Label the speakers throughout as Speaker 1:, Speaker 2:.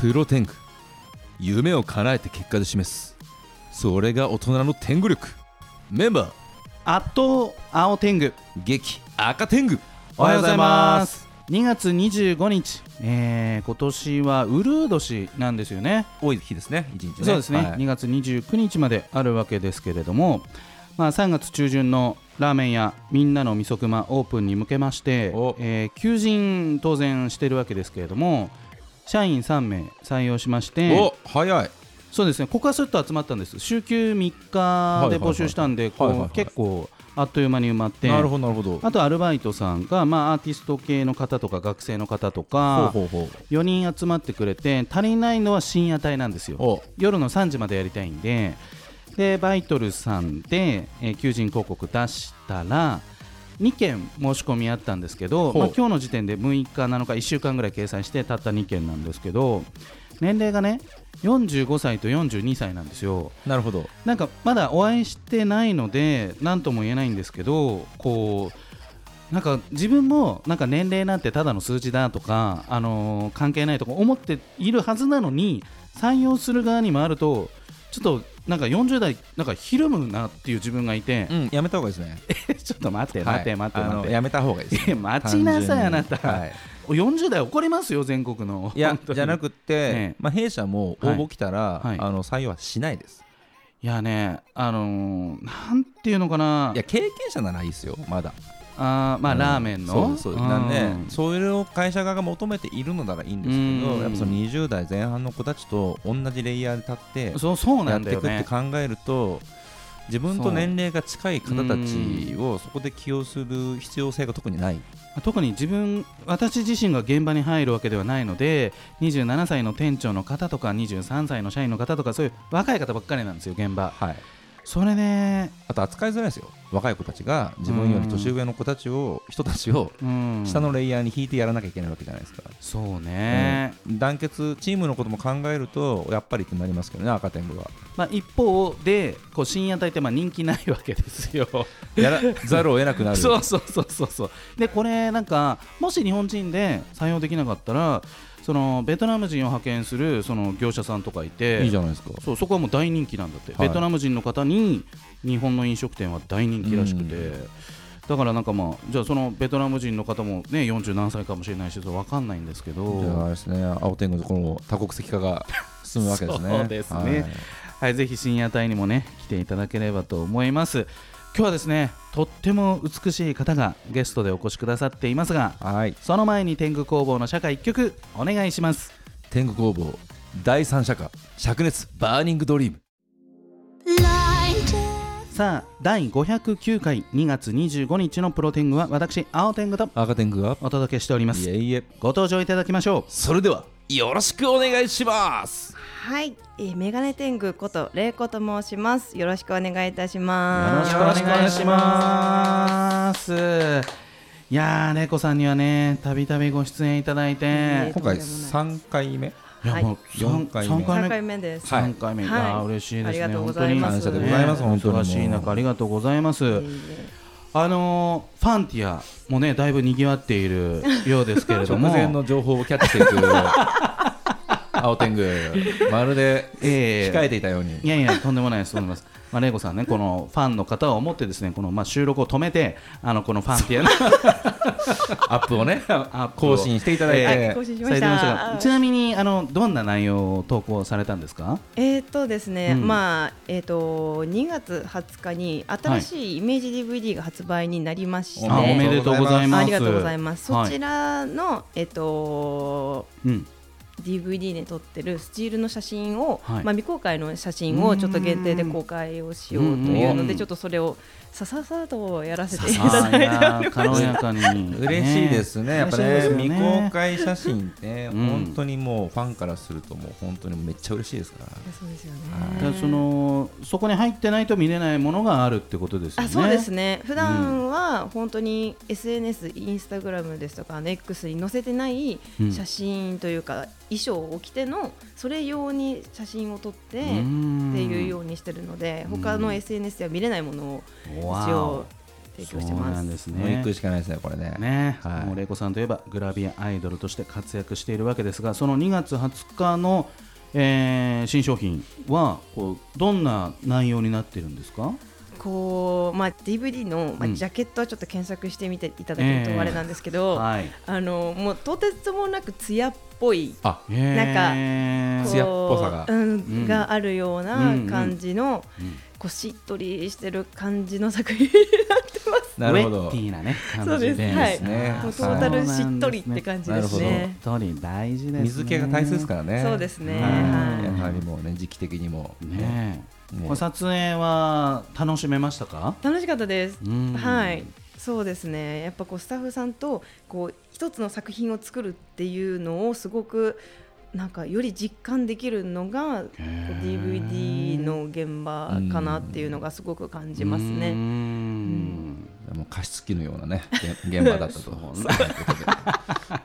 Speaker 1: プロ天狗夢を叶えて結果で示すそれが大人の天狗力メンバー
Speaker 2: あっと青天狗
Speaker 1: 激赤天狗
Speaker 2: おはようございます2月25日、えー、今年はウルー年なんですよね
Speaker 1: 多い日ですね一日ね
Speaker 2: そうですね、
Speaker 1: はい
Speaker 2: 2月29日まであるわけですけれども、まあ、3月中旬のラーメン屋みんなのみそくまオープンに向けまして
Speaker 1: お、
Speaker 2: えー求人当然してるわけですけれども社員3名採用しまして
Speaker 1: お早い
Speaker 2: そうですねここはスッと集まったんです週休3日で募集したんで、
Speaker 1: はいはいはいは
Speaker 2: こう
Speaker 1: いはいはい
Speaker 2: 結構あっという間に埋まって
Speaker 1: なるほどなるほど
Speaker 2: あとアルバイトさんが、まあ、アーティスト系の方とか学生の方とか
Speaker 1: ほうほうほ
Speaker 2: 4人集まってくれて足りないのは深夜帯なんですよ
Speaker 1: うお
Speaker 2: 夜の3時までやりたいんででバイトルさんで、えー求人広告出したら2件申し込みあったんですけど、
Speaker 1: ほう
Speaker 2: まあ、今日の時点で6日7日1週間ぐらい計算してたった2件なんですけど年齢がね45歳と42歳なんですよ
Speaker 1: なるほど
Speaker 2: なんかまだお会いしてないので何とも言えないんですけどこうなんか自分もなんか年齢なんてただの数字だとか、あのー関係ないとか思っているはずなのに採用する側にもあるとちょっとなんか40代なんかひるむなっていう自分がいて
Speaker 1: う、んやめた方がいいですね
Speaker 2: ちょっと待って待って待って
Speaker 1: はいあ
Speaker 2: 待
Speaker 1: の
Speaker 2: って、
Speaker 1: やめた方がいいです
Speaker 2: いや待ちなさいあなた、
Speaker 1: はい
Speaker 2: 40代怒りますよ全国の
Speaker 1: いや
Speaker 2: 本当に
Speaker 1: じゃなくって、
Speaker 2: ね
Speaker 1: まあ、弊社も応募来たら、
Speaker 2: はいはい
Speaker 1: あの採用はしないです、、
Speaker 2: いやねあのーなんていうのかない
Speaker 1: や経験者ならいいですよまだ
Speaker 2: あーまあ、
Speaker 1: うん
Speaker 2: ラーメンの
Speaker 1: そうですそうですなん
Speaker 2: う
Speaker 1: でそれを会社側が求めているのならいいんですけ
Speaker 2: うん
Speaker 1: どやっぱその20代前半の子たちと同じレイヤーで立って
Speaker 2: そうそう
Speaker 1: や
Speaker 2: な
Speaker 1: っ
Speaker 2: ん
Speaker 1: て
Speaker 2: だ
Speaker 1: い
Speaker 2: よ
Speaker 1: くって
Speaker 2: ね。
Speaker 1: 考えると自分
Speaker 2: そ
Speaker 1: と
Speaker 2: う
Speaker 1: 年齢が近い方たちをそこで起用する必要性が特にない
Speaker 2: 特に自分私自身が現場に入るわけではないので27歳の店長の方とか23歳の社員の方とかそういう若い方ばっかりなんですよ現場。
Speaker 1: はい
Speaker 2: それね、
Speaker 1: あと扱いづらいですよ若い子たちが自分より年上の子たちを人たちを
Speaker 2: うん、
Speaker 1: 下のレイヤーに引いてやらなきゃいけないわけじゃないですか
Speaker 2: そうね、
Speaker 1: 団結チームのことも考えるとやっぱりってなりますけどね赤天狗は
Speaker 2: まあ、一方でこう深夜帯ってまあ人気ないわけですよ。
Speaker 1: やらざるを得なくなる
Speaker 2: そうそうそうそうそうでこれなんかもし日本人で採用できなかったらそのベトナム人を派遣するその業者さんとかいて
Speaker 1: いいじゃないですか
Speaker 2: そうそこはもう大人気なんだって、
Speaker 1: はい
Speaker 2: ベトナム人の方に日本の飲食店は大人気らしくて、
Speaker 1: う
Speaker 2: だからなんかまあじゃあそのベトナム人の方もね40何歳かもしれないしそうわかんないんですけ
Speaker 1: じゃああ
Speaker 2: ど
Speaker 1: れですね青天狗とこの多国籍化が進むわけですね
Speaker 2: そうですねはいぜひ深夜帯にもね来ていただければと思います今日はですねとっても美しい方がゲストでお越しくださっていますが
Speaker 1: はいはい
Speaker 2: その前に天狗工房の社会一曲お願いします
Speaker 1: 天狗工房第三社会灼熱バーニングドリーム
Speaker 2: さあ第509回2月25日のプロ天狗は私青天狗と
Speaker 1: 赤天狗が
Speaker 2: お届けしております
Speaker 1: いえいえ
Speaker 2: ご登場いただきましょう
Speaker 1: それではよろしくお願いします
Speaker 3: はい、えー、メガネ天狗こと玲子と申します。よろしくお願いいたし
Speaker 2: よろ
Speaker 3: ま
Speaker 2: し
Speaker 3: す。
Speaker 2: くお願いします。いやー、レコさんにはね、たびたびご出演いただいて、
Speaker 1: 今回三回目
Speaker 2: いやもう
Speaker 1: い
Speaker 2: 三
Speaker 1: 四回目
Speaker 2: 三
Speaker 3: 三
Speaker 2: 回目
Speaker 3: 回。目です。
Speaker 1: はい
Speaker 2: 三回目、い
Speaker 3: はい
Speaker 2: やー嬉しいですね。
Speaker 3: ありがとうございます
Speaker 1: 感謝でございます本当にもう
Speaker 2: 忙しい中、ありがとうございます。
Speaker 3: えー
Speaker 2: あのー、ファンティアもね、だいぶ賑わっているようですけれ
Speaker 1: 直
Speaker 2: ど も。
Speaker 1: 前の情報をキャッチしていく青天狗まるで
Speaker 2: えー
Speaker 1: 控えていたように
Speaker 2: いやいや、とんでもないです、とんでもないです。まあ、レイコさんね、このファンの方を思ってですね、このまあ収録を止めて、あのこのファンティアの
Speaker 1: アップをね
Speaker 2: アップを
Speaker 1: 更新していただい
Speaker 2: え
Speaker 3: は
Speaker 1: て
Speaker 3: い更新しま
Speaker 2: され
Speaker 3: して
Speaker 2: ました
Speaker 3: た。
Speaker 2: がちなみにあのどんな内容を投稿されたんですか？
Speaker 3: えーっとですね、
Speaker 2: うん
Speaker 3: まあえーっと2月20日に新しいイメージ DVD が発売になりまして、
Speaker 2: あおめでとうございます。
Speaker 3: ありがとうございます。
Speaker 2: は
Speaker 3: そちらのえーっと
Speaker 2: うん、
Speaker 3: DVD で撮ってるスチールの写真を、
Speaker 2: はい
Speaker 3: まあ、未公開の写真をちょっと限定で公開をしようというのでちょっとそれをさささとやらせていただいており
Speaker 2: あ
Speaker 3: ます
Speaker 2: ー軽やかに
Speaker 1: 嬉しいですね、やっぱ
Speaker 2: 嬉
Speaker 1: ね
Speaker 2: しいですよ
Speaker 1: 未公開写真って、
Speaker 2: うん
Speaker 1: 本当にもうファンからすると、もう本当にめっちゃ嬉しいですから、
Speaker 3: そうですよね
Speaker 2: だからそのそこに入ってないと見れないものがあるってことですよね。
Speaker 3: あそうですね普段は本当に SNS、インスタグラムですとかあの X に載せてない
Speaker 2: うん
Speaker 3: 写真というか、衣装を着てのそれ用に写真を撮ってって
Speaker 2: うん
Speaker 3: いうようにしてるので他の SNS では見れないものを一
Speaker 2: わお
Speaker 3: 応提
Speaker 2: そ
Speaker 3: 供
Speaker 2: う
Speaker 3: して
Speaker 2: な
Speaker 3: ま
Speaker 2: ん
Speaker 3: す
Speaker 2: です
Speaker 1: もう行
Speaker 2: ね
Speaker 1: くしかないですねこれね
Speaker 2: ね
Speaker 1: はい
Speaker 2: もう玲子さんといえばグラビアアイドルとして活躍しているわけですがその2月20日の、えー新商品はこうどんな内容になってるんですか
Speaker 3: こうまあ DVD の、まあ、
Speaker 2: うん
Speaker 3: ジャケットはちょっと検索してみていただける
Speaker 2: ええ
Speaker 3: とあれなんですけど、
Speaker 2: はい
Speaker 3: あのもうとてつもなく艶っぽい
Speaker 4: あ
Speaker 2: へー
Speaker 3: こう
Speaker 4: 艶っぽさが
Speaker 3: うん
Speaker 2: ん
Speaker 3: があるような感じの、
Speaker 2: うん
Speaker 3: こうしっとりしてる感じの作品になってます。
Speaker 1: なるほど
Speaker 2: ウェッティーなね感じ
Speaker 3: そうです
Speaker 1: ね
Speaker 3: はい。
Speaker 1: ね
Speaker 3: もうト
Speaker 1: そう
Speaker 3: ー
Speaker 1: な
Speaker 3: タ
Speaker 1: ん
Speaker 3: ルしっとりって感じです
Speaker 1: な
Speaker 3: ね。
Speaker 2: トリ大事ですね
Speaker 1: 水気が大切ですからね
Speaker 3: そうですね
Speaker 1: はい
Speaker 2: はい
Speaker 1: やはりもうね時期的にも
Speaker 2: ねえ
Speaker 1: ね
Speaker 2: これ撮影は楽しめましたか
Speaker 3: 楽しかったです。
Speaker 2: うん
Speaker 3: はい。そうですね。やっぱこうスタッフさんとこう一つの作品を作るっていうのをすごくなんかより実感できるのが
Speaker 2: へー
Speaker 3: DVD の現場かなっていうのがすごく感じます
Speaker 2: うー
Speaker 3: ね。
Speaker 2: ん
Speaker 1: もう加湿器のようなねげ現場 だったと
Speaker 2: だか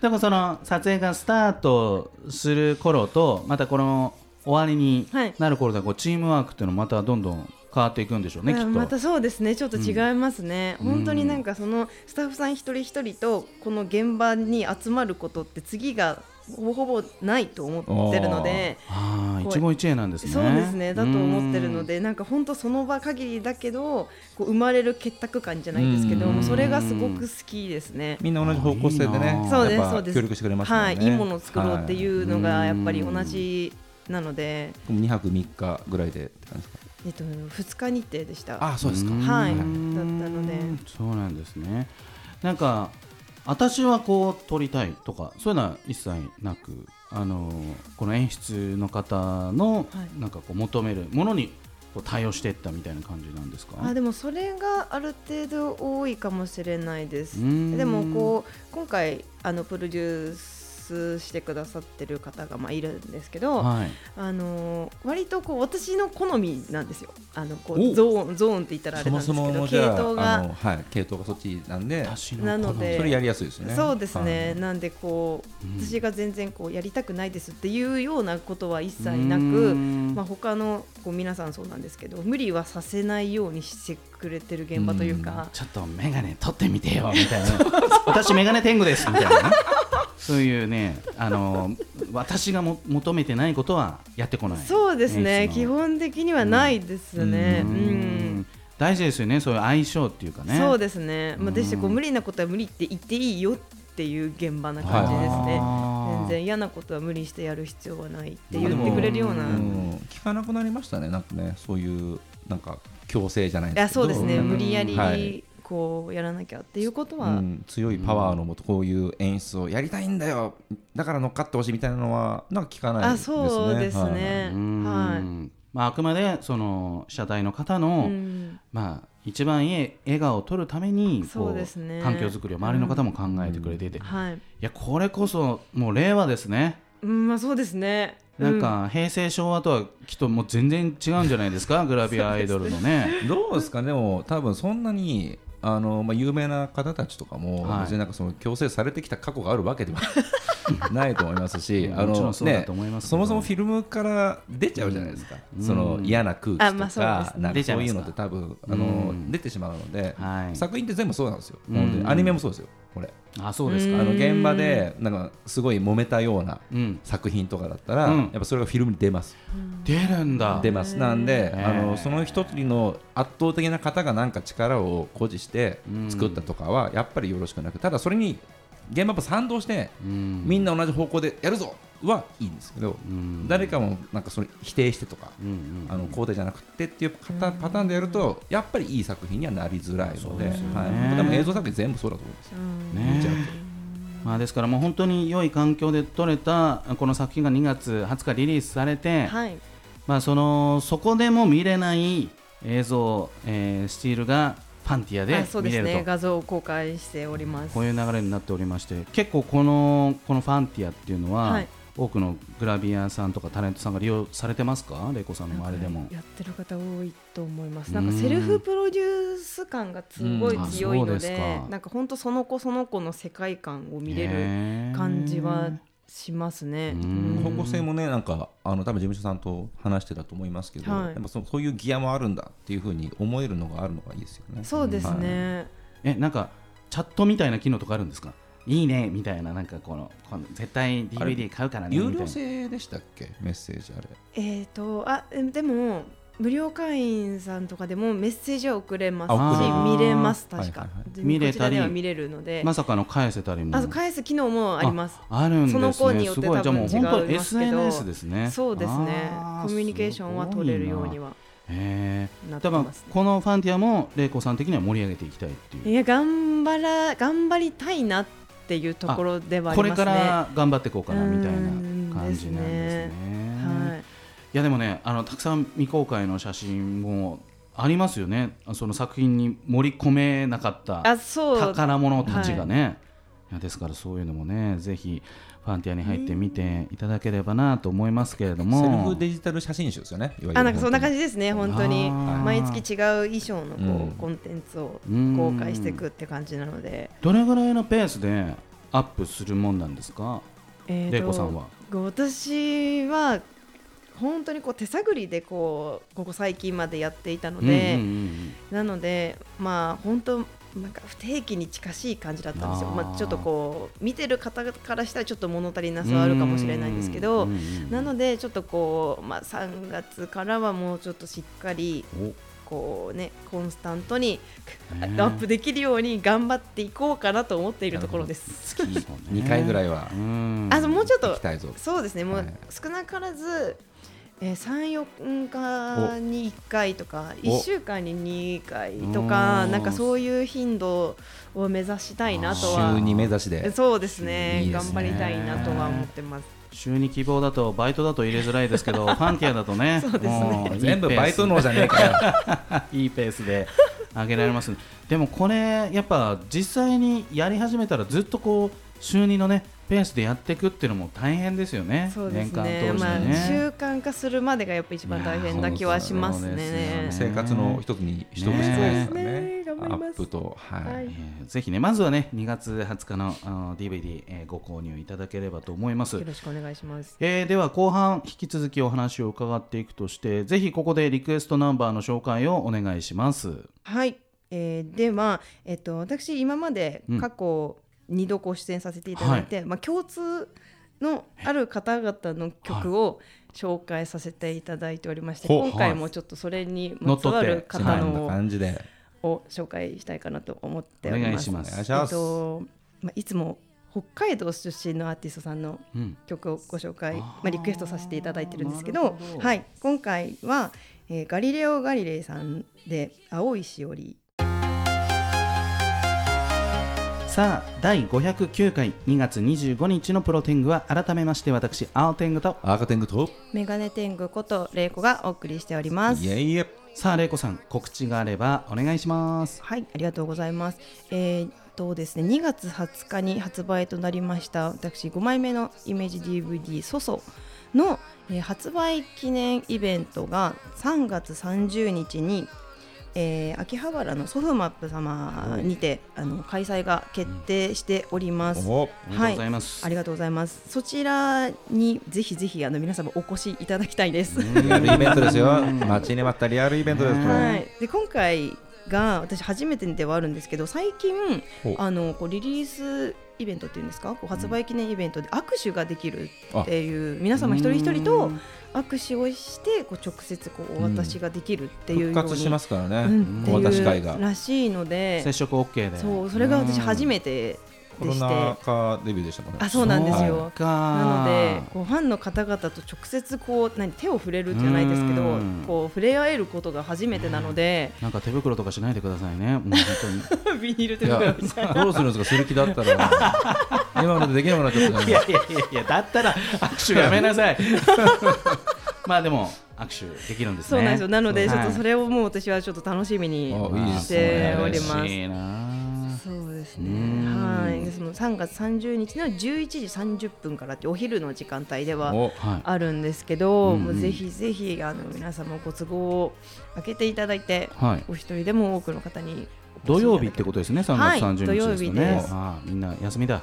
Speaker 2: らその撮影がスタートする頃とまたこの終わりに
Speaker 3: はい
Speaker 2: なる頃ではこうチームワークっていうのもまたどんどん変わっていくんでしょうねきっ
Speaker 3: あ
Speaker 2: と。
Speaker 3: またそうですねちょっと違いますね、
Speaker 2: うん
Speaker 3: 本当になんかそのスタッフさん一人一人とこの現場に集まることって次がほぼほぼないと思ってるので
Speaker 2: ああ
Speaker 3: こう
Speaker 2: 一期一会なんですね。
Speaker 3: そうですねだと思ってるのでなんか本当その場限りだけどこう生まれる結託感じゃないんですけど
Speaker 1: うん
Speaker 3: もうそれがすごく好きですね。
Speaker 1: みんな同じ方向性で
Speaker 2: あいい
Speaker 1: ね
Speaker 2: な
Speaker 3: そうです
Speaker 1: やっぱ
Speaker 3: そうです
Speaker 1: 協力してくれますもんね
Speaker 3: はい、いいものを作ろうっていううのがやっぱり同じなので、
Speaker 1: 2泊3日ぐらいでって感じですか
Speaker 3: えっと、2日日程でした。
Speaker 1: あそうですか
Speaker 2: ん
Speaker 3: はい
Speaker 2: うん
Speaker 3: だったので
Speaker 2: そうなんですね。なんか私はこう撮りたいとかそういうのは一切なく、あのこの演出の方の
Speaker 3: はい
Speaker 2: なんかこう求めるものにこう対応していったみたいな感じなんですか。
Speaker 3: あでもそれがある程度多いかもしれないです
Speaker 2: うーん
Speaker 3: でもこう今回あのプロデュースしてくださってる方がまあいるんですけど、
Speaker 2: はい。
Speaker 3: あのー割とこう私の好みなんですよあのこ
Speaker 1: お
Speaker 3: うゾーンゾーンって言ったらあ
Speaker 1: そ
Speaker 3: れな
Speaker 1: も
Speaker 3: んです
Speaker 1: そ
Speaker 3: け
Speaker 1: も
Speaker 3: ど
Speaker 1: もう
Speaker 3: 系
Speaker 1: じゃ
Speaker 3: 統
Speaker 1: ああ
Speaker 3: が
Speaker 1: のはい系統がそっちなんで
Speaker 2: 私の
Speaker 3: なの
Speaker 2: 好み
Speaker 3: で
Speaker 1: それやりやすいですよね
Speaker 3: そうですね、
Speaker 1: はい
Speaker 3: なんでこう、
Speaker 2: うん
Speaker 3: 私が全然こうやりたくないですっていうようなことは一切な
Speaker 2: うー
Speaker 3: く、
Speaker 2: ん
Speaker 3: まあ他のこう皆さんそうなんですけど無理はさせないようにしてくれてる現場というか、
Speaker 2: ちょっとメガネ取ってみて よみたいな私メガネ天狗ですみたいなねそういうねあの私がも求めてないことはやってこない
Speaker 3: そうですね
Speaker 2: 演
Speaker 3: 基
Speaker 2: 出の
Speaker 3: 本的にはないですね。
Speaker 2: う
Speaker 3: うんん
Speaker 2: 大事ですよねそういう相性っていうかね
Speaker 3: そう
Speaker 2: で
Speaker 3: ですね、まあ、でしてこう
Speaker 2: うん
Speaker 3: 無理なことは無理って言っていいよっていう現場な感じですね
Speaker 2: はい
Speaker 3: 全然嫌なことは無理してやる必要はないって
Speaker 1: まあで
Speaker 3: 言
Speaker 1: も
Speaker 3: ってくれるような
Speaker 1: うん聞かなくなりましたねなんかねそういうなんか強制じゃない
Speaker 3: いやそうですね
Speaker 1: なんか
Speaker 3: 無理や
Speaker 1: はい
Speaker 3: りこうやらなきゃっていうこと
Speaker 1: う
Speaker 3: は
Speaker 1: ん、強いパワーのもとこういう演出をやりたいんだよだから乗っかってほしいみたいなのはなんか聞かない
Speaker 3: あ
Speaker 1: ですね
Speaker 3: そうですねは
Speaker 2: まあ、あくまでその被写体の方
Speaker 3: い
Speaker 2: の、
Speaker 3: うん
Speaker 2: まあ、一番いい笑顔を撮るためにこ
Speaker 3: そうですね
Speaker 2: 環境づくりを周りの方も考えてくれていて、い
Speaker 3: はい
Speaker 2: やこれこそもう令和ですね
Speaker 3: うんまあそうですね
Speaker 2: なんか平成昭和とはきっともう全然違うんじゃないですかグラビアアイドルのね。
Speaker 1: はいどうですかねでも多分そんなにあの、まあ、有名な方たちとかも、
Speaker 2: はい
Speaker 1: 別になんかその強制されてきた過去があるわけでは ないと思いますしあ
Speaker 2: もちろ
Speaker 1: の
Speaker 2: んそうだと思いますけど
Speaker 1: そもそもフィルムから出ちゃうじゃないですか、
Speaker 2: うん
Speaker 1: その
Speaker 2: うん
Speaker 1: 嫌な空気とか,、
Speaker 3: あまあそうですね
Speaker 1: なんか
Speaker 2: 出ちゃい
Speaker 1: そう
Speaker 2: ま
Speaker 1: い
Speaker 2: す
Speaker 1: う
Speaker 2: か
Speaker 1: のって多分あ
Speaker 2: う
Speaker 1: の
Speaker 2: ん
Speaker 1: 出てしまうので、
Speaker 2: はい
Speaker 1: 作品って全部そうなんですよ、
Speaker 2: うん
Speaker 1: 本当にアニメもそうですよこれ
Speaker 2: あそうです
Speaker 1: あ
Speaker 2: か。
Speaker 1: の現場でなんかすごい揉めたような
Speaker 2: うん、
Speaker 1: 作品とかだったら、
Speaker 2: うん
Speaker 1: やっぱそれがフィルムに出ます
Speaker 2: 出るんだ。
Speaker 1: 出ますなんで
Speaker 2: へー
Speaker 1: あのその一人の圧倒的な方がなんか力を誇示して
Speaker 2: うん
Speaker 1: 作ったとかはやっぱりよろしくなくただそれに現場やっぱ賛同して
Speaker 2: うん
Speaker 1: みんな同じ方向でやるぞはいいんですけど
Speaker 2: うん
Speaker 1: 誰かもなんかそれ否定してとか
Speaker 2: うんうん
Speaker 1: あの肯定じゃなくてっていうパターンパターンでやるとやっぱりいい作品にはなりづらい
Speaker 2: そ
Speaker 1: の
Speaker 2: う
Speaker 1: で
Speaker 2: ですよね
Speaker 1: はいでも映像作品全部そうだと思います
Speaker 3: うん
Speaker 2: ね
Speaker 1: 見ちゃう
Speaker 2: まあ、ですからもう本当に良い環境で撮れたこの作品が2月20日リリースされて、
Speaker 3: はい
Speaker 2: まあ、そのそこでも見れない映像、えースチールがファンティア
Speaker 3: あ
Speaker 2: で
Speaker 3: そうで
Speaker 2: 見れ
Speaker 3: す
Speaker 2: ると、
Speaker 3: ね画像を公開しております
Speaker 2: こういう流れになっておりまして結構このこのファンティアっていうのは、
Speaker 3: はい
Speaker 2: 多くのグラビアさんとかタレントさんが利用されてますかレイコさんの周りでも。
Speaker 3: やってる方多いと思いますなんかセルフプロデュース感がすごい強い
Speaker 2: うんあそう
Speaker 3: の
Speaker 2: で
Speaker 3: で,、
Speaker 2: すか
Speaker 3: なんか本当その子その子の世界観を見れる
Speaker 2: る
Speaker 3: 感じはしますね。
Speaker 2: う
Speaker 3: うんん
Speaker 1: 方向性もねなんかあの多分事務所さんと話してたと思いますけど、
Speaker 3: はい
Speaker 1: やっぱそそういうギアもあるんだっていうふうに思えるのがあるのがいいですよね。
Speaker 3: そうですね。
Speaker 2: えなんかチャットみたいな機能とかあるんですかいいねみたいななんかこのこの絶対 DVD 買うからねみた
Speaker 1: 有
Speaker 2: いな
Speaker 1: 料制でしたっけメッセージあれ
Speaker 3: えっ、とあえでも無料会員さんとかでもメッセージは送れま
Speaker 1: あ
Speaker 3: すし
Speaker 2: 送れる
Speaker 3: 見れます
Speaker 1: はい
Speaker 3: 確か、
Speaker 1: はいはい
Speaker 3: で
Speaker 2: 見れ
Speaker 3: こち
Speaker 2: た
Speaker 3: ら
Speaker 2: り
Speaker 3: では見れるので、
Speaker 2: まさかの返せたりも
Speaker 3: あと返す機能もあります。
Speaker 2: ああるんですね
Speaker 3: その子によって
Speaker 2: すごいじゃあもう
Speaker 3: 多分違い
Speaker 2: 本
Speaker 3: ますけど
Speaker 2: 当 SNS ですね
Speaker 3: そうですね
Speaker 2: あー
Speaker 3: コミュニケーションは取れるようには
Speaker 2: すごいなへえ
Speaker 3: なって
Speaker 2: 多分
Speaker 3: ますね
Speaker 2: このファンティアも玲子さん的には盛り上げていきたいっていう
Speaker 3: いや頑張ら頑張りたいなっていうところではあり
Speaker 2: こ
Speaker 3: ます
Speaker 2: れか
Speaker 3: ね
Speaker 2: ら頑張っていこうかなみたいな感じ
Speaker 3: うーん
Speaker 2: なんですね
Speaker 3: で。はい
Speaker 2: いやでもねあのたくさん未公開の写真もありますよねその作品に盛り込めなかった
Speaker 3: あそう
Speaker 2: 宝物たちがね、い、やですからそういうのもねぜひファンティアに入ってみていただければなと思いますけれども、
Speaker 1: セルフデジタル写真集ですよね。いわゆる
Speaker 3: あなんかそんな感じですね本当に
Speaker 2: あー
Speaker 3: 毎月違う衣装のこう、
Speaker 1: うん
Speaker 3: コンテンツを
Speaker 2: うん
Speaker 3: 公開していくって感じなので、
Speaker 2: どれぐらいのペースでアップするもんなんですか
Speaker 3: えーと
Speaker 2: 玲子さんは
Speaker 3: 私は本当にこう手探りでこうここ最近までやっていたので、
Speaker 2: うんうんうん
Speaker 3: なのでまあ本当なんか不定期に近しい感じだったんですよ
Speaker 2: あー
Speaker 3: まあ、ちょっとこう見てる方からしたらちょっと物足りなさはあるかもしれないんですけど、
Speaker 2: うんうんうん
Speaker 3: なのでちょっとこう、まあ、3月からはもうちょっとしっかり
Speaker 2: お
Speaker 3: こうねコンスタントにア
Speaker 2: ね
Speaker 3: ップできるように頑張っていこうかなと思っているところです。
Speaker 1: 月2回ぐらいは
Speaker 2: うん
Speaker 3: あともうちょっ
Speaker 1: 行
Speaker 3: と
Speaker 1: きたいぞ。
Speaker 3: そうですねも
Speaker 1: は
Speaker 3: う
Speaker 1: い
Speaker 3: 少なからず、えー、34日に1回とか
Speaker 1: お
Speaker 3: 1週間に2回と
Speaker 2: お
Speaker 3: か
Speaker 2: ー
Speaker 3: なんかそういう頻度を目指したいなと
Speaker 1: 週
Speaker 3: は
Speaker 1: に目指しで。
Speaker 3: そうですね
Speaker 1: いいですね
Speaker 3: 頑張りたいなとは思ってます。
Speaker 2: 週に希望だとバイトだと入れづらいですけ どファンティアだとね
Speaker 3: そうですね
Speaker 2: もういいペース
Speaker 1: 全部バイトのじゃねえかよ。
Speaker 2: いいペースで上げられますねでもこれやっぱ実際にやり始めたらずっとこう週2のねペースでやっていくっていうのも大変ですよね
Speaker 3: そうです
Speaker 2: 年
Speaker 3: ね
Speaker 2: 間通
Speaker 3: まあ
Speaker 2: して
Speaker 3: 習
Speaker 2: ね、
Speaker 3: 慣化するまでがやっぱ一番大変な気はします
Speaker 2: いやーそう
Speaker 3: ね
Speaker 2: で。すよ
Speaker 1: 生活の一つに一つしかないですからね
Speaker 3: ねえ頑張
Speaker 1: ア
Speaker 3: ります
Speaker 1: ップと、はい
Speaker 3: はい
Speaker 2: えーぜひねまずはね2月20日のあの DVD、えーご購入いただければと思います
Speaker 3: よろしくお願いします。
Speaker 2: えーでは後半引き続きお話を伺っていくとしてぜひここでリクエストナンバーの紹介をお願いします
Speaker 3: はい、えーでは、えっと、私今まで
Speaker 2: うん
Speaker 3: 過去2度ご出演させていただいて、まあ、共通のある方々の曲を紹介させていただいておりまして、
Speaker 1: ほ
Speaker 3: 今回もちょっとそれに
Speaker 2: 乗
Speaker 3: ま
Speaker 2: っ
Speaker 3: つ
Speaker 2: 取っ
Speaker 3: わ
Speaker 2: て
Speaker 3: る
Speaker 1: そ
Speaker 3: 方
Speaker 1: んな
Speaker 3: の
Speaker 1: 感じで
Speaker 3: を紹介したいかなと思って
Speaker 2: お
Speaker 3: おり
Speaker 2: 願い
Speaker 3: ま
Speaker 2: し
Speaker 3: す。
Speaker 2: ま
Speaker 1: お
Speaker 2: す
Speaker 1: 願いし
Speaker 3: え
Speaker 1: ま
Speaker 3: っ
Speaker 1: す。
Speaker 3: とまあ、いつも北海道出身のアーティストさんの
Speaker 2: うん
Speaker 3: 曲をご紹介、ま
Speaker 2: あー
Speaker 3: あ、リクエストさせていただいてるんですけ
Speaker 2: な
Speaker 3: ど
Speaker 2: るほど
Speaker 3: はい、今回は、えーガリレオ・ガリレイさんで「青いしおり」
Speaker 2: さあ第509回2月25日のプロテングは改めまして私青天狗と
Speaker 1: アーカテングと
Speaker 3: メガネ天狗こと玲子がお送りしております。
Speaker 1: いえいえ
Speaker 2: さあ玲子さん告知があればお願いします
Speaker 3: はい、ありがとうございます。えーっとですね、2月20日に発売となりました私5枚目のイメージ DVD ソソの、えー発売記念イベントが3月30日に、えー秋葉原のソフマップ様にてあの開催が決定しております。
Speaker 1: お
Speaker 2: ありがとうございます、
Speaker 3: ありがとうございます。そちらにぜひぜひあの皆様お越しいただきたいです。
Speaker 1: リアルイベントですよ待ちに待ったリアルイベントですこれ
Speaker 3: はい、で今回が私初めてではあるんですけど最近
Speaker 1: ほう
Speaker 3: あのこうリリースイベントっていうんですかこう発売記念イベントで握手ができるっていう皆様一人一人と握手をしてこう直接こうお渡しができるっていうよう
Speaker 1: 復
Speaker 3: に
Speaker 1: 活しますから
Speaker 3: う
Speaker 1: ね
Speaker 3: ん
Speaker 1: お渡し
Speaker 3: ってい
Speaker 1: 会が
Speaker 3: うらしいので
Speaker 2: 接触 OK で
Speaker 3: そうそれが私初
Speaker 2: て
Speaker 3: めて
Speaker 1: コ
Speaker 3: で
Speaker 1: ロ
Speaker 3: して
Speaker 1: ナ禍デビューでしたもんね
Speaker 3: あそうなんですよなので
Speaker 2: な
Speaker 3: こうファンの方々と直接こう何手を触れるじゃないですけど
Speaker 2: うん
Speaker 3: こう触れ合えることが初めてなので
Speaker 2: なんか手袋とかしないでくださいねもう本
Speaker 3: ビニール
Speaker 1: い
Speaker 3: 手
Speaker 1: や
Speaker 3: 袋
Speaker 1: どうするんですかする気だった ら今までできなくなっちゃった
Speaker 2: 当に
Speaker 1: じゃない
Speaker 2: いやいやいやだったら握手やめなさいまあでも握手できるんですね
Speaker 3: そうなんですよ。なの
Speaker 2: は
Speaker 3: で、
Speaker 2: い
Speaker 3: ちょっとそれをもう私はちょっと楽しみに
Speaker 1: あいいで
Speaker 3: し
Speaker 1: す
Speaker 3: て
Speaker 1: ね
Speaker 3: おりま
Speaker 2: 嬉しいな
Speaker 3: す。そうです
Speaker 2: う
Speaker 3: ね。
Speaker 2: ん
Speaker 3: はい。でその3月30日の11時30分からってお昼の時間帯では
Speaker 1: お
Speaker 2: はい
Speaker 3: あるんですけ
Speaker 2: う
Speaker 3: ど、
Speaker 2: んうん
Speaker 3: もうぜひぜひあの皆様ご都合を開けていただいて、
Speaker 2: はい
Speaker 3: お一人でも多くの方に
Speaker 2: 土曜日ってことですね、3
Speaker 3: はい
Speaker 2: 月30日ですとね。
Speaker 3: 土曜日です
Speaker 2: ああみんな休みだ。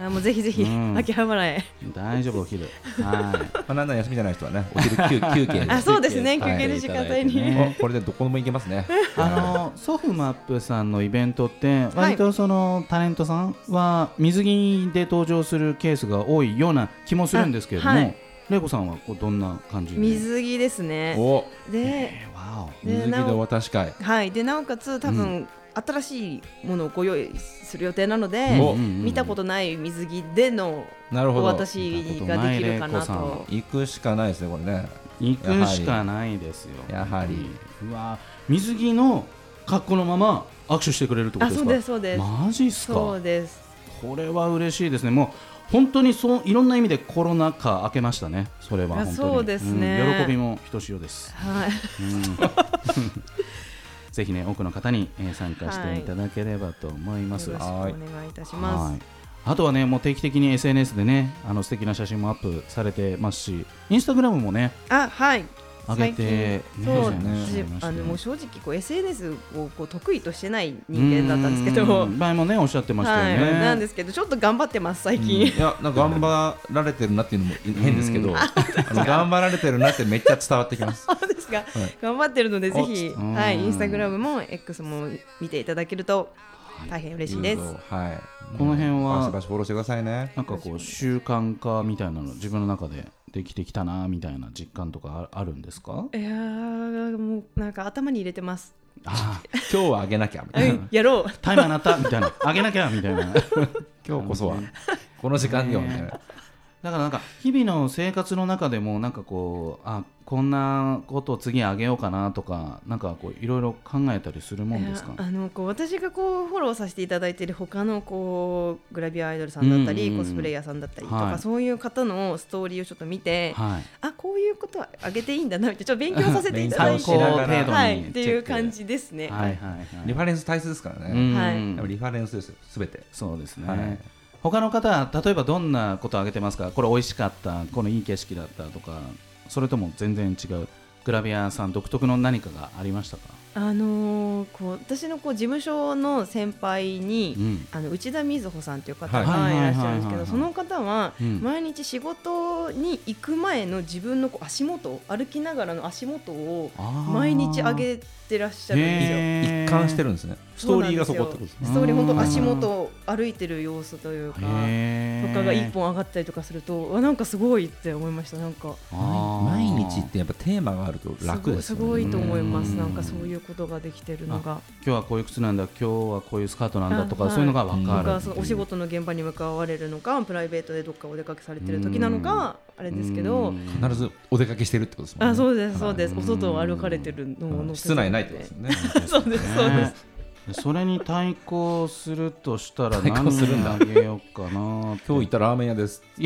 Speaker 3: あもうぜひぜひ、
Speaker 2: うん
Speaker 3: 秋 葉原へ。
Speaker 2: 大丈夫お昼は
Speaker 1: まあ、なんなら休みじゃない人はね、お昼 休休憩に
Speaker 3: あ、そうですね、
Speaker 2: 休
Speaker 3: 休
Speaker 2: 憩
Speaker 3: 憩の時間帯
Speaker 2: はい
Speaker 3: に。
Speaker 2: ね
Speaker 1: おこれでどこでも行けますね。
Speaker 2: いあのソフマップさんのイベントって割とそのタレントさんは水着で登場するケースが多いような気もするんですけれども、
Speaker 3: あはい
Speaker 2: 玲子さんはこうどんな感じで
Speaker 3: 水着ですね。
Speaker 1: お
Speaker 3: で、
Speaker 2: わ
Speaker 3: で
Speaker 1: 水着で
Speaker 3: なお
Speaker 1: お渡し会。
Speaker 3: はい、で、なおかつ、多分、新しいものをご用意する予定なので。
Speaker 2: お、
Speaker 1: お
Speaker 3: 見たことない水着での
Speaker 1: なるほ
Speaker 3: お
Speaker 1: ど
Speaker 3: 渡。しができるかな
Speaker 2: 見たことない玲
Speaker 3: と。
Speaker 1: 行くしかないですね、これね。
Speaker 2: 行くしかないですよ
Speaker 1: やはり
Speaker 2: うわ水着の格好のまま握手してくれるってこと
Speaker 3: あ、
Speaker 2: です
Speaker 3: そ
Speaker 2: か
Speaker 3: うです、そうです。
Speaker 2: マジっすか
Speaker 3: そうです。
Speaker 2: これは嬉しいですねもう本当にそういろんな意味でコロナ禍明けましたねそれは本当に
Speaker 3: いやそうですね
Speaker 2: ん喜びもひとしおです、
Speaker 3: はい。
Speaker 2: うん ぜひね多くの方に、えー参加していただければと思います、
Speaker 3: よろしくお
Speaker 1: はい
Speaker 3: 願いいたしま
Speaker 2: はいあとはねもう定期的に SNS でねあの素敵な写真もアップされてますしインスタグラムもね
Speaker 3: す。あ、はい。
Speaker 2: 上げて、
Speaker 3: 最近
Speaker 2: ね
Speaker 3: そう
Speaker 1: ね
Speaker 3: 私あのもう
Speaker 2: し
Speaker 3: 正直こう SNS をこう得意としてない人間だったんですけど、
Speaker 2: 前もねおっしゃってました
Speaker 3: は
Speaker 2: よ
Speaker 3: い、
Speaker 2: ね、
Speaker 3: なんですけどちょっと頑張ってます最
Speaker 1: い
Speaker 3: 近、
Speaker 1: や、なんか頑張られてるなっていうのも変ですけど、あの頑張られてるなってめっちゃ伝わってきます。
Speaker 3: そうですが、頑張ってるのでぜひ、
Speaker 2: うん
Speaker 3: はい、インスタグラムも X も見ていただけると大変嬉しいです、
Speaker 1: はい。
Speaker 2: この辺は
Speaker 1: バシバシフォローしてくださいね。
Speaker 2: なんかこう習慣化みたいなの自分の中でできてきたなみたいな実感とかああるんですか
Speaker 3: いやーもうなんか頭に入れてます、
Speaker 2: ああ
Speaker 1: 今日はあげなきゃみた
Speaker 3: う
Speaker 1: いな。
Speaker 3: ん、やろう
Speaker 2: タイマー鳴ったみたいなあげなきゃみたい なだか
Speaker 1: 今日こそはこの時間にはみたいな。
Speaker 2: らなんか日々の生活の中でもなんかこうあこんなことを次あげようかなとかなんかこういろいろ考えたりするもんですか
Speaker 3: いやあのこう私がこうフォローさせていただいている他のこうグラビアアイドルさんだったり、
Speaker 2: うんうんうん
Speaker 3: コスプレイヤーさんだったりとか、
Speaker 2: はい
Speaker 3: そういう方のストーリーをちょっと見て、
Speaker 2: はい
Speaker 3: あこういうことはあげていいんだなってちょっと勉強させていた
Speaker 2: 参
Speaker 3: だい
Speaker 2: 考
Speaker 3: てる、
Speaker 1: 勉強
Speaker 2: 程
Speaker 1: しなが
Speaker 2: 度
Speaker 1: ら
Speaker 2: に
Speaker 3: はい、って
Speaker 2: チ
Speaker 3: い
Speaker 2: ェッ
Speaker 3: う
Speaker 2: ク
Speaker 3: 感じですね。
Speaker 2: はいはい
Speaker 1: リフ
Speaker 2: は
Speaker 1: ァ
Speaker 2: い
Speaker 1: レンス大切ですから
Speaker 2: う
Speaker 1: ね。
Speaker 2: ん
Speaker 3: はい
Speaker 1: やっぱリファレンスですよ、すべて。
Speaker 2: そうですね、
Speaker 1: はい
Speaker 2: 他の方は例えばどんなことを挙げてますかこれ美味しかったこのいい景色だったとかそれとも全然違うグラビアさん独特の何かがありましたか、
Speaker 3: あのーこう私のこう事務所の先輩に、
Speaker 2: うん
Speaker 3: あの内田瑞穂さんという方
Speaker 2: は
Speaker 3: が
Speaker 2: い
Speaker 3: いらっしゃるん
Speaker 2: はいはい
Speaker 3: ですけ
Speaker 2: はいはい
Speaker 3: どその方は
Speaker 2: うん
Speaker 3: 毎日仕事に行く前の自分のこう足元を歩きながらの足元を毎日上げてらっしゃるんですよ。
Speaker 1: 一貫してるんですね。ス
Speaker 3: そ
Speaker 1: トー
Speaker 3: うな
Speaker 1: リ
Speaker 3: ん
Speaker 1: ー
Speaker 3: で
Speaker 1: が
Speaker 3: す
Speaker 1: そ
Speaker 3: よ
Speaker 1: こってことですね。
Speaker 3: ストーリー本当足元を歩いてる様子というか。と
Speaker 2: と
Speaker 3: かが一本上がったりとかすると、わなんかすごいって思いました。なんか
Speaker 1: 毎日ってやっぱテーマがあると楽です
Speaker 3: す
Speaker 1: よね。
Speaker 3: ごいすごいと思います。
Speaker 2: うん
Speaker 3: なんかそういうことができてるのが、
Speaker 2: 今日はこういう靴なんだ今日はこういうスカートなんだとか、
Speaker 3: あはい
Speaker 2: そういうのが分か
Speaker 3: と
Speaker 2: る
Speaker 3: かそのお仕事の現場に向かわれるのか、プライベートでどっかお出かけされてる時なのか、あれですけど、
Speaker 1: 必ずお出かけしてるってことですもんね。
Speaker 3: あそうですそうです。
Speaker 2: うん
Speaker 3: お外を歩かれてるの
Speaker 1: う
Speaker 3: を
Speaker 1: ん
Speaker 3: 載せて
Speaker 1: 室内ないってことですよね。
Speaker 3: そうですそうです。
Speaker 2: すそれに対抗するとしたら
Speaker 1: 対
Speaker 2: 何
Speaker 1: 抗するんだ
Speaker 2: をあげようかな今
Speaker 1: 今日行ったラーメン屋です。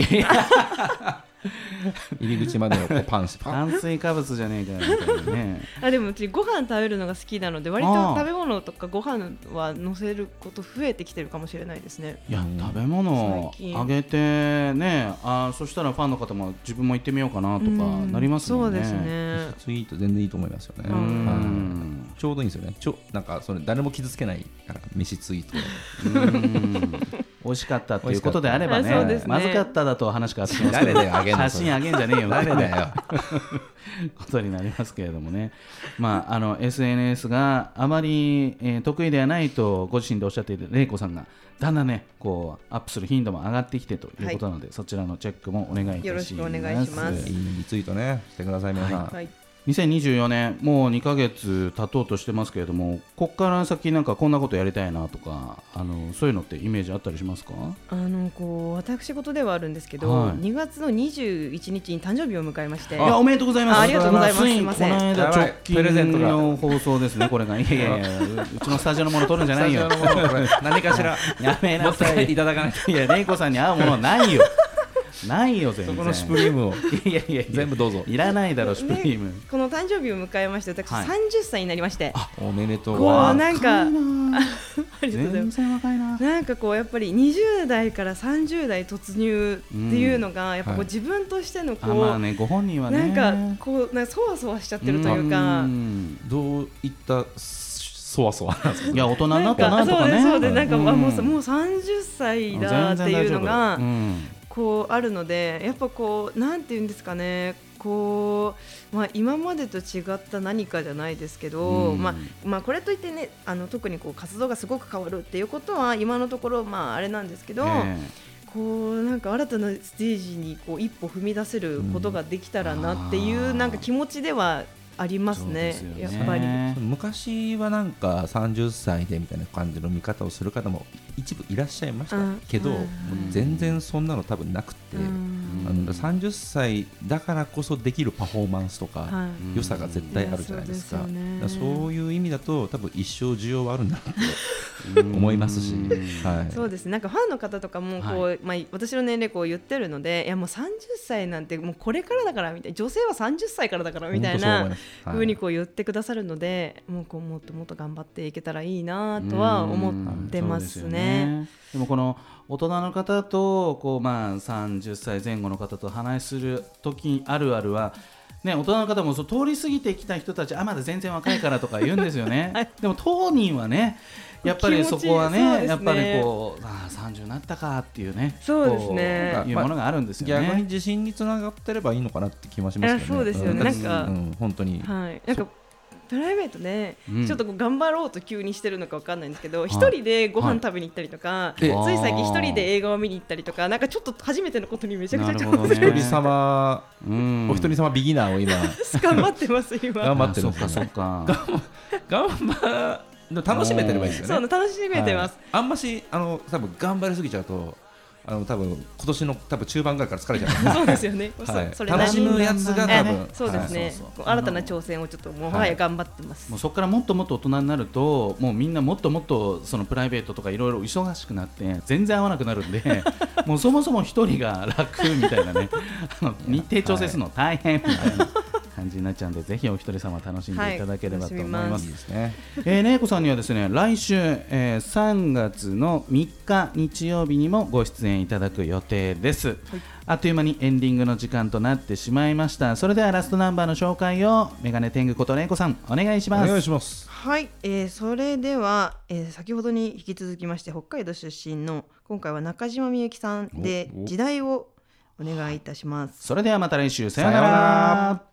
Speaker 1: 入り口までのこうパンしパン。
Speaker 2: 炭水化物じゃねえかよみたいなね
Speaker 3: あでもうちご飯食べるのが好きなので、割
Speaker 2: あ
Speaker 3: と
Speaker 2: ー
Speaker 3: 食べ物とかご飯は載せること増えてきてるかもしれないですね。
Speaker 2: いや、
Speaker 1: うん
Speaker 2: 食べ物を
Speaker 3: 最近
Speaker 2: あげてねあーそしたらファンの方も自分も行ってみようかなとか
Speaker 3: うん
Speaker 2: なります
Speaker 3: そ
Speaker 2: も
Speaker 3: うん
Speaker 2: ね
Speaker 3: ですね。
Speaker 1: ツイート全然いいと思いますよね。
Speaker 2: う
Speaker 1: はい
Speaker 2: ん
Speaker 1: ちょうどいいんですよね。ちょなんかそれ誰も傷つけないから飯ツイート。
Speaker 2: うん美味しかったということであれば
Speaker 3: 美
Speaker 2: ね
Speaker 3: 味しかったあそうですね
Speaker 2: まずかっただと話があってますけ
Speaker 1: 誰
Speaker 2: ど
Speaker 1: だよあげんの
Speaker 2: 写
Speaker 1: それ
Speaker 2: 真あげんじゃねえよみたい
Speaker 1: 誰
Speaker 2: な
Speaker 1: だよ。
Speaker 2: ことになりますけれどもね、まあ、あの SNS があまり、えー得意ではないとご自身でおっしゃっている玲子さんがだんだんねこうアップする頻度も上がってきてということなので、そちらのチェックもお願いいたします
Speaker 3: よろしくお願いします
Speaker 1: いいリツイートねしてください皆さん。
Speaker 3: はい。
Speaker 2: 2024年もう2ヶ月経とうとしてますけれどもこっから先なんかこんなことやりたいなとかあのそういうのってイメージあったりしますか
Speaker 3: あのこう私事ではあるんですけど、
Speaker 2: はい
Speaker 3: 2月の21日に誕生日を迎えまして
Speaker 2: いやおめでとうございます
Speaker 3: あありがとうございます
Speaker 2: ついに
Speaker 3: すいません
Speaker 2: この間
Speaker 1: やばい
Speaker 2: 直
Speaker 1: プレゼント
Speaker 2: 近の
Speaker 1: が
Speaker 2: 放送ですねこれがいやいやいやううちのスタジオのもの取るんじゃない よ
Speaker 1: スタジオのものこ れ何かしら
Speaker 2: やめ
Speaker 1: 持
Speaker 2: な
Speaker 1: って
Speaker 2: さ
Speaker 1: 帰っ
Speaker 2: い
Speaker 1: ていただかないと。
Speaker 2: いや、玲子さんに合うものはないよ。ないよ、全然。
Speaker 1: そこのシュプリームを
Speaker 2: いやいやいや、
Speaker 1: 全部どうぞ。
Speaker 2: いらないだろ、シュプリーム。
Speaker 3: この誕生日を迎えまして私
Speaker 2: はい
Speaker 3: 30歳になりまして、
Speaker 1: おめでとう。
Speaker 3: こうなんか
Speaker 2: 若いなあ
Speaker 3: ありがとうござい
Speaker 2: 全
Speaker 3: ます
Speaker 2: 然若いな。
Speaker 3: なんかこうやっぱり20代から30代突入っていうのが、やっぱこ
Speaker 1: は
Speaker 3: う
Speaker 1: い
Speaker 3: 自分としてのこ
Speaker 2: あ、
Speaker 3: う、
Speaker 2: まあね、ご本人はね。
Speaker 3: なんかこうなんかそわそわしちゃってるというか、
Speaker 2: ん
Speaker 1: どういったす
Speaker 4: そわそわなんです
Speaker 2: いや大人にな
Speaker 3: な
Speaker 2: っ
Speaker 3: ん
Speaker 2: たな
Speaker 3: か
Speaker 2: と
Speaker 3: そう
Speaker 2: か
Speaker 3: で
Speaker 2: ね
Speaker 3: すそうですなんか、
Speaker 2: うん
Speaker 3: あもうもう30歳だっていうのが、
Speaker 2: うん
Speaker 3: こうあるのでやっぱこうなんていうんですかねこう、まあ、今までと違った何かじゃないですけど、
Speaker 2: うん
Speaker 3: まあまあ、これといってねあの特にこう活動がすごく変わるっていうことは今のところまああれなんですけど、
Speaker 2: え
Speaker 3: こうなんか新たなステージにこう一歩踏み出せることができたらなっていう、
Speaker 2: うん
Speaker 3: なんか気持ちではありますね
Speaker 2: そうで
Speaker 3: や
Speaker 2: すよね
Speaker 3: っぱり。
Speaker 2: ね
Speaker 1: 昔はなんか30歳でみたいな感じの見方をする方も一部いらっしゃいましたけど、
Speaker 3: うん
Speaker 1: もう全然そんなの多分なくて、
Speaker 3: うん
Speaker 1: あの30歳だからこそできるパフォーマンスとか、
Speaker 3: はい
Speaker 2: うん
Speaker 1: 良さが絶対あるじゃないですか。
Speaker 3: いやそうですよね
Speaker 1: だからそういう意味だと多分一生需要はあるんだって
Speaker 2: え
Speaker 1: 思いますし、はい、
Speaker 3: そうですねなんかファンの方とかもこう、まあ、私の年齢こう言ってるのでいやもう30歳なんてもうこれからだからみたいな女性は30歳からだからみたい
Speaker 1: 本
Speaker 3: な
Speaker 1: 当そう
Speaker 3: ふ
Speaker 1: 思
Speaker 3: う
Speaker 1: い
Speaker 3: に
Speaker 1: ます
Speaker 3: こう言ってくださるので、もうこうもっともっと頑張っていけたらいいなとは思ってます
Speaker 2: うんそうですよ
Speaker 3: ね。
Speaker 2: でもこの大人の方とこうまあ30歳前後の方と話する時あるあるは。ね、大人の方もそう通り過ぎてきた人たちあまだ全然若いからとか言うんですよ ね、でも当人はねやっぱり
Speaker 3: 気
Speaker 2: そ
Speaker 3: 持ちいい
Speaker 2: こは
Speaker 3: そ
Speaker 2: ね
Speaker 3: うですね
Speaker 2: やっぱりこうああ30になったかっていうね
Speaker 3: そうですね
Speaker 2: こういうものがあるんですよ
Speaker 1: はい逆に
Speaker 2: ね。
Speaker 1: 自信につながってればいいのかなって気もしますよね。
Speaker 3: いやそうですよね
Speaker 1: んだって
Speaker 3: なん
Speaker 1: う
Speaker 3: か
Speaker 1: ん本当に、
Speaker 3: はい、なんかプライベートで、
Speaker 2: うん
Speaker 3: ちょっとこう頑張ろうと急にしてるのかわかんないんですけど
Speaker 2: い
Speaker 3: 一、人でご飯食べに行ったりとか、
Speaker 2: え
Speaker 3: つい最近一人で映画を見に行ったりとかなんかちょっと初めてのことにめちゃくち
Speaker 2: な
Speaker 3: ゃ
Speaker 2: る
Speaker 3: 挑
Speaker 2: ほど
Speaker 3: 戦
Speaker 2: ね
Speaker 1: お一人様、
Speaker 2: うん
Speaker 1: お一人様ビギナーを今
Speaker 3: し頑張ってます
Speaker 1: 頑
Speaker 3: 今。
Speaker 1: 張ってるんです
Speaker 2: あ
Speaker 1: よ
Speaker 2: そう
Speaker 1: ね。
Speaker 2: かそうか
Speaker 1: 頑張る楽しめてればいいです
Speaker 3: そ
Speaker 1: よ
Speaker 3: う
Speaker 1: ね。
Speaker 3: 楽しめてます。
Speaker 1: はいあんましあの多分頑張りすぎちゃうと。あの多分今年の多分中盤ぐらいから疲れちゃう
Speaker 3: そうですよね。
Speaker 1: はい
Speaker 3: そそれ
Speaker 1: 楽しむ
Speaker 3: 何
Speaker 1: やつが多分
Speaker 3: えそうです
Speaker 2: は
Speaker 3: ね
Speaker 2: いそうそう。
Speaker 3: こう新たな挑戦をちょっともはや頑張ってます
Speaker 2: もう。そこからもっともっと大人になるともうみんなもっともっとそのプライベートとかいろいろ忙しくなって全然合わなくなるんでもうそもそも一人が楽みたいなねあの日程調整するの大変みたいな感じになっちゃうんでぜひお一人様楽しんでいただければと思い
Speaker 3: はい
Speaker 2: ま
Speaker 3: 楽
Speaker 2: す
Speaker 3: し
Speaker 1: いい。ですね。
Speaker 2: えー、ねえこさんにはですね来週、えー3月の3日日曜日にもご出演いただく予定です、あっという間にエンディングの時間となってしまいましたそれではラストナンバーの紹介をメガネ天狗ことれいこさんお願いし
Speaker 1: お
Speaker 2: ます
Speaker 1: 願いします。
Speaker 3: はい、えーそれでは、えー先ほどに引き続きまして北海道出身の今回は中島みゆきさんで
Speaker 1: おお
Speaker 3: 時代をお願いいたします。
Speaker 2: それではまた来週さような
Speaker 1: さような
Speaker 2: ら
Speaker 1: ら